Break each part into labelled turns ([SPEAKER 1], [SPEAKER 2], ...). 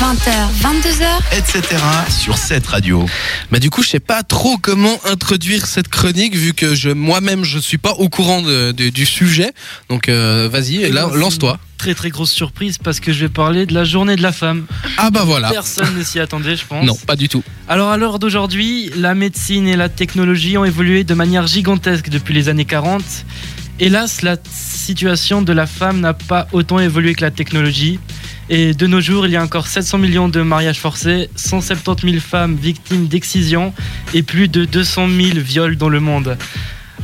[SPEAKER 1] 20h, 22h.
[SPEAKER 2] etc. sur cette radio.
[SPEAKER 3] Bah du coup, je sais pas trop comment introduire cette chronique vu que je moi-même je suis pas au courant de- de- du sujet. Donc euh, vas-y, et là,
[SPEAKER 4] ben, c'est-
[SPEAKER 3] lance-toi.
[SPEAKER 4] Très très grosse surprise parce que je vais parler de la journée de la femme.
[SPEAKER 3] Ah bah voilà.
[SPEAKER 4] Personne ne s'y attendait, je pense.
[SPEAKER 3] Non, pas du tout.
[SPEAKER 4] Alors à l'heure d'aujourd'hui, la médecine et la technologie ont évolué de manière gigantesque depuis les années 40. Hélas, la situation de la femme n'a pas autant évolué que la technologie. Et de nos jours, il y a encore 700 millions de mariages forcés, 170 000 femmes victimes d'excision et plus de 200 000 viols dans le monde.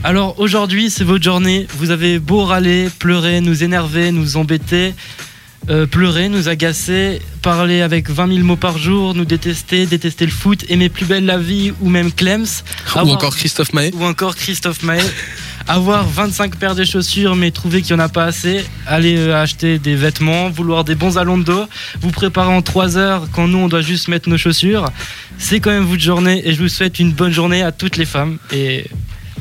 [SPEAKER 4] Alors aujourd'hui, c'est votre journée. Vous avez beau râler, pleurer, nous énerver, nous embêter, euh, pleurer, nous agacer, parler avec 20 000 mots par jour, nous détester, détester le foot, aimer plus belle la vie ou même Clems, Ah
[SPEAKER 3] Ou
[SPEAKER 4] bon
[SPEAKER 3] encore Christophe Maé.
[SPEAKER 4] ou encore Christophe Maé. Avoir 25 paires de chaussures mais trouver qu'il n'y en a pas assez, aller euh, acheter des vêtements, vouloir des bons allons de dos, vous préparer en 3 heures quand nous on doit juste mettre nos chaussures, c'est quand même votre journée et je vous souhaite une bonne journée à toutes les femmes. Et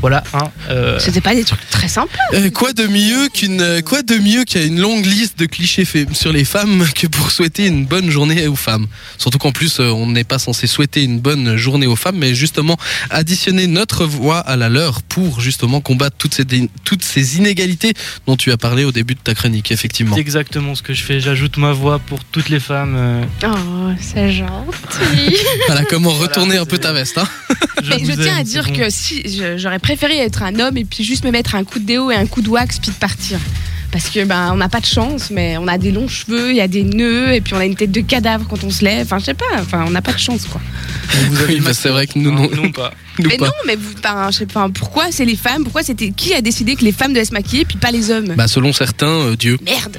[SPEAKER 4] voilà, hein, euh,
[SPEAKER 1] C'était pas des trucs très simples.
[SPEAKER 3] Euh, quoi de mieux qu'une euh, quoi de mieux qu'il y a une longue liste de clichés faits sur les femmes que pour souhaiter une bonne journée aux femmes. Surtout qu'en plus euh, on n'est pas censé souhaiter une bonne journée aux femmes, mais justement additionner notre voix à la leur pour justement combattre toutes ces dé- toutes ces inégalités dont tu as parlé au début de ta chronique. Effectivement.
[SPEAKER 4] c'est exactement ce que je fais. J'ajoute ma voix pour toutes les femmes. euh,
[SPEAKER 1] Oh, c'est gentil.
[SPEAKER 3] Voilà comment retourner
[SPEAKER 4] Voilà,
[SPEAKER 3] un peu
[SPEAKER 4] c'est-
[SPEAKER 3] ta veste. Hein
[SPEAKER 1] Mais je
[SPEAKER 4] vous
[SPEAKER 1] tiens
[SPEAKER 4] aime,
[SPEAKER 1] à
[SPEAKER 4] c'est
[SPEAKER 1] dire
[SPEAKER 4] bon.
[SPEAKER 1] que si je- j'aurais préféré être un homme et puis juste me mettre un coup de déo et un coup de wax puis de partir. Parce que ben on n'a pas de chance, mais on a des longs cheveux, il y a des nœuds et puis on a une tête de cadavre quand on se lève. Enfin je sais pas, enfin on n'a pas de chance quoi.
[SPEAKER 4] Vous avez
[SPEAKER 3] Oui,
[SPEAKER 4] le
[SPEAKER 3] bah, c'est vrai que nous
[SPEAKER 4] Hein,
[SPEAKER 3] non,
[SPEAKER 4] non pas.
[SPEAKER 3] nous
[SPEAKER 1] mais
[SPEAKER 3] pas.
[SPEAKER 1] non, mais vous, ben, je sais pas pourquoi c'est les femmes, pourquoi c'était qui a décidé que les femmes devaient se maquiller puis pas les hommes.
[SPEAKER 3] Bah selon certains euh, Dieu.
[SPEAKER 1] Merde.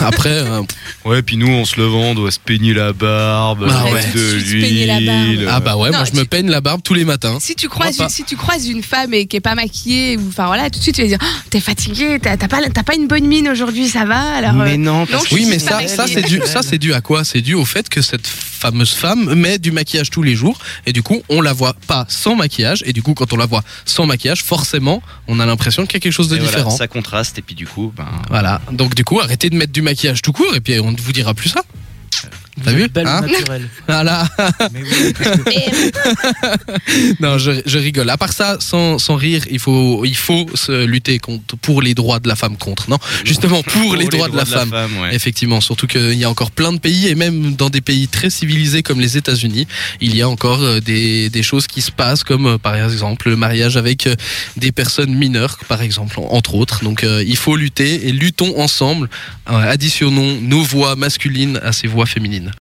[SPEAKER 3] Après euh,
[SPEAKER 2] Ouais, puis nous, on se le vend, on doit se peigner la barbe,
[SPEAKER 3] Ah
[SPEAKER 2] mettre
[SPEAKER 3] ouais.
[SPEAKER 2] de
[SPEAKER 1] Tout de suite se peigner la
[SPEAKER 2] l'huile.
[SPEAKER 3] ah bah ouais
[SPEAKER 1] Non,
[SPEAKER 3] moi je
[SPEAKER 1] tu-
[SPEAKER 3] me peigne la barbe tous les matins.
[SPEAKER 1] Si tu croises,
[SPEAKER 3] Moi pas.
[SPEAKER 1] une, si tu croises une femme et qui est pas maquillée, ou enfin voilà, tout de suite tu vas dire, Oh, t'es fatiguée, t'as t'as pas, t'as pas une bonne mine aujourd'hui, ça va alors. euh,
[SPEAKER 4] Mais non,
[SPEAKER 1] parce que
[SPEAKER 3] Ah Oui,
[SPEAKER 1] Je
[SPEAKER 3] mais
[SPEAKER 1] suis pas
[SPEAKER 3] ça, ça c'est dû, ça c'est dû à quoi C'est dû au fait que cette fameuse femme met du maquillage tous les jours, et du coup, on la voit pas sans maquillage, et du coup, quand on la voit sans maquillage, forcément, on a l'impression qu'il y a quelque chose de
[SPEAKER 5] Et voilà,
[SPEAKER 3] différent. Voilà,
[SPEAKER 5] ça contraste et puis du coup, ben,
[SPEAKER 3] Donc du coup, arrêtez de mettre du maquillage tout court, et puis on ne vous dira plus ça. T'as vu
[SPEAKER 4] Belle
[SPEAKER 3] Hein
[SPEAKER 4] naturelle.
[SPEAKER 3] Voilà.
[SPEAKER 4] Mais oui,
[SPEAKER 3] Non, je, je rigole. À part ça, sans, sans rire, il faut, il faut se lutter contre pour les droits de la femme contre. Non, justement pour, les, droits de la femme.
[SPEAKER 5] ouais.
[SPEAKER 3] Effectivement, surtout qu'il y a encore plein de pays, et même dans des pays très civilisés comme les États-Unis, il y a encore euh, des, des choses qui se passent, comme euh, par exemple le mariage avec euh, des personnes mineures, par exemple, en- entre autres. Donc euh, il faut lutter et luttons ensemble, Euh, additionnons nos voix masculines à ces voix féminines.